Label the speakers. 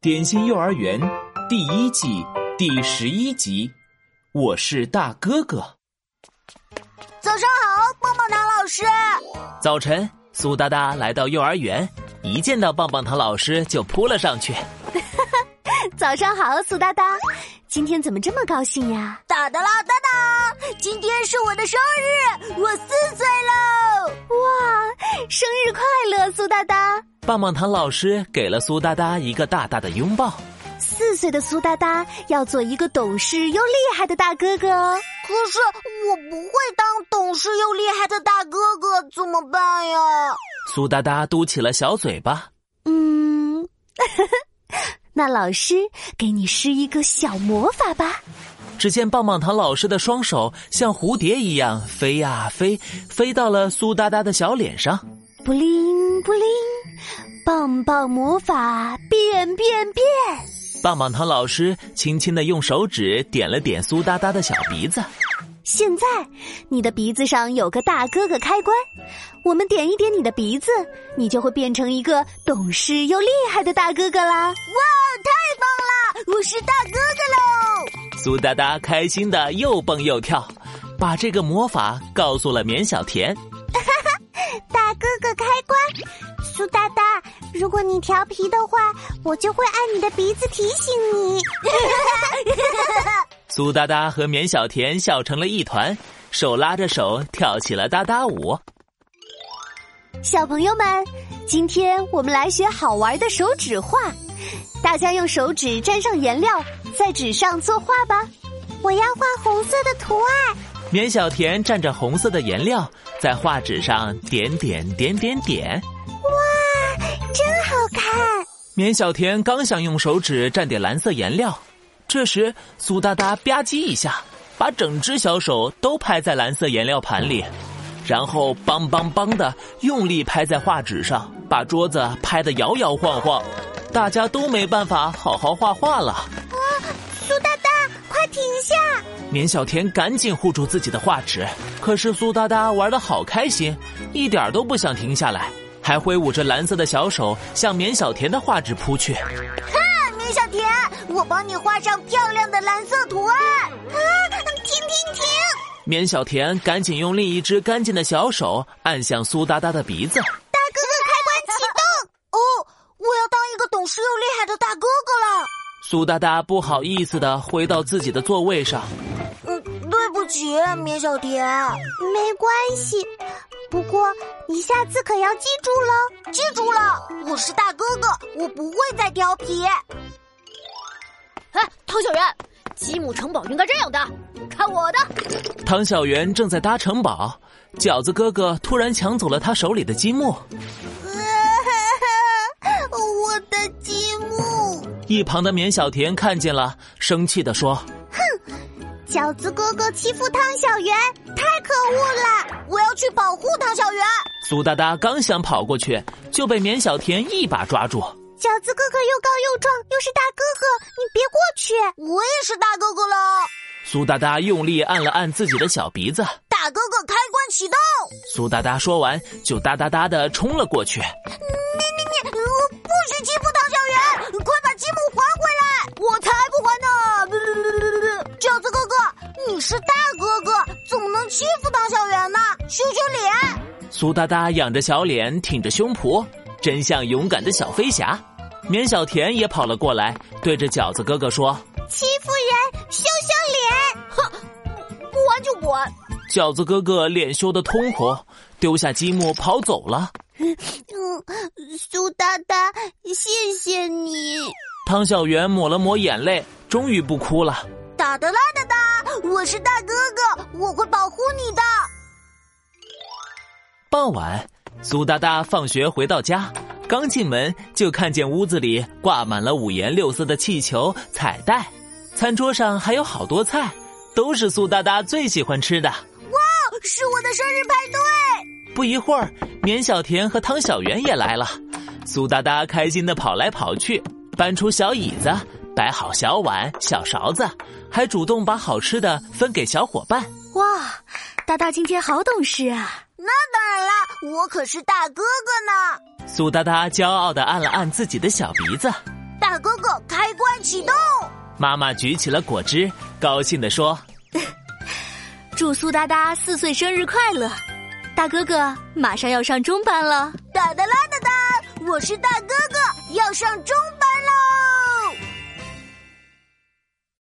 Speaker 1: 点心幼儿园》第一季第十一集。我是大哥哥。
Speaker 2: 早上好，棒棒糖老师。
Speaker 3: 早晨，苏哒哒来到幼儿园，一见到棒棒糖老师就扑了上去。
Speaker 4: 早上好，苏哒哒，今天怎么这么高兴呀？
Speaker 2: 哒哒啦哒哒，今天是我的生日，我四岁喽！
Speaker 4: 哇，生日快乐，苏哒哒！
Speaker 3: 棒棒糖老师给了苏哒哒一个大大的拥抱。
Speaker 4: 四岁的苏哒哒要做一个懂事又厉害的大哥哥哦。
Speaker 2: 可是我不会当懂事又厉害的大哥哥，怎么办呀？
Speaker 3: 苏哒哒嘟起了小嘴巴。
Speaker 4: 嗯。 那老师给你施一个小魔法吧。
Speaker 3: 只见棒棒糖老师的双手像蝴蝶一样飞呀、啊、飞，飞到了苏哒哒的小脸上。
Speaker 4: 布灵布灵，棒棒魔法变变变！
Speaker 3: 棒棒糖老师轻轻的用手指点了点苏哒哒的小鼻子。
Speaker 4: 现在你的鼻子上有个大哥哥开关，我们点一点你的鼻子，你就会变成一个懂事又厉害的大哥哥啦！
Speaker 2: 哇！太棒了！我是大哥哥
Speaker 3: 喽！苏哒哒开心的又蹦又跳，把这个魔法告诉了绵小甜。
Speaker 5: 大哥哥开关，苏哒哒，如果你调皮的话，我就会按你的鼻子提醒你。
Speaker 3: 苏哒哒和绵小甜笑成了一团，手拉着手跳起了哒哒舞。
Speaker 4: 小朋友们，今天我们来学好玩的手指画。大家用手指沾上颜料，在纸上作画吧。
Speaker 5: 我要画红色的图案。
Speaker 3: 绵小甜蘸着红色的颜料，在画纸上点点点点点。
Speaker 5: 哇，真好看！
Speaker 3: 绵小甜刚想用手指蘸点蓝色颜料，这时苏哒哒吧唧一下，把整只小手都拍在蓝色颜料盘里，然后梆梆梆的用力拍在画纸上，把桌子拍得摇摇晃晃。大家都没办法好好画画了。啊，
Speaker 5: 苏哒哒，快停下！
Speaker 3: 绵小甜赶紧护住自己的画纸，可是苏哒哒玩的好开心，一点都不想停下来，还挥舞着蓝色的小手向绵小甜的画纸扑去。
Speaker 2: 看，绵小甜，我帮你画上漂亮的蓝色图案。啊，
Speaker 5: 停停停！
Speaker 3: 绵小甜赶紧用另一只干净的小手按向苏哒哒的鼻子。
Speaker 2: 哦懂事又厉害的大哥哥了，
Speaker 3: 苏哒哒不好意思的回到自己的座位上。
Speaker 2: 嗯，对不起，绵小甜。
Speaker 5: 没关系，不过你下次可要记住喽，
Speaker 2: 记住了，我是大哥哥，我不会再调皮。
Speaker 6: 哎，唐小圆，积木城堡应该这样的，看我 的。
Speaker 3: 唐小圆正在搭城堡，饺子哥哥突然抢走了他手里的积木。一旁的绵小甜看见了，生气地说：“
Speaker 5: 哼，饺子哥哥欺负汤小圆，太可恶了！
Speaker 2: 我要去保护汤小圆。”
Speaker 3: 苏哒哒刚想跑过去，就被绵小甜一把抓住。
Speaker 5: 饺子哥哥又高又壮，又是大哥哥，你别过去！
Speaker 2: 我也是大哥哥喽！
Speaker 3: 苏哒哒用力按了按自己的小鼻子。
Speaker 2: 大哥哥开关启 动！
Speaker 3: 苏哒哒说完，就哒哒哒的冲了过去。
Speaker 5: 嗯
Speaker 2: 你你你，我不许欺负汤小圆！快！积木还回来！我才不还呢！饺子哥哥，你是大哥哥，怎么能欺负唐小圆呢？羞羞脸！
Speaker 3: 苏哒哒仰着小脸，挺着胸脯，真像勇敢的小飞侠。绵小甜也跑了过来，对着饺子哥哥说：“
Speaker 5: 欺负人，羞羞脸！
Speaker 6: 哼，不玩就不玩！”
Speaker 3: 饺子哥哥脸羞得通红，丢下积木跑走了。
Speaker 5: 嗯嗯，苏哒哒，谢谢你。
Speaker 3: 汤小圆抹了抹眼泪，终于不哭了。
Speaker 2: 哒哒啦哒哒，我是大哥哥，我会保护你的。
Speaker 3: 傍晚，苏哒哒放学回到家，刚进门就看见屋子里挂满了五颜六色的气球、彩带，餐桌上还有好多菜，都是苏哒哒最喜欢吃的。
Speaker 2: 哇，是我的生日派对！
Speaker 3: 不一会儿，绵小甜和汤小圆也来了，苏哒哒开心的跑来跑去。搬出小椅子，摆好小碗、小勺子，还主动把好吃的分给小伙伴。
Speaker 4: 哇，大大今天好懂事啊！
Speaker 2: 那当然啦，我可是大哥哥呢。
Speaker 3: 苏哒哒骄傲的按了按自己的小鼻子。
Speaker 2: 大哥哥，开关启动。
Speaker 3: 妈妈举起了果汁，高兴地说
Speaker 4: 祝苏哒哒四岁生日快乐！大哥哥马上要上中班了。
Speaker 2: 哒哒啦哒哒，我是大哥哥，要上中班喽。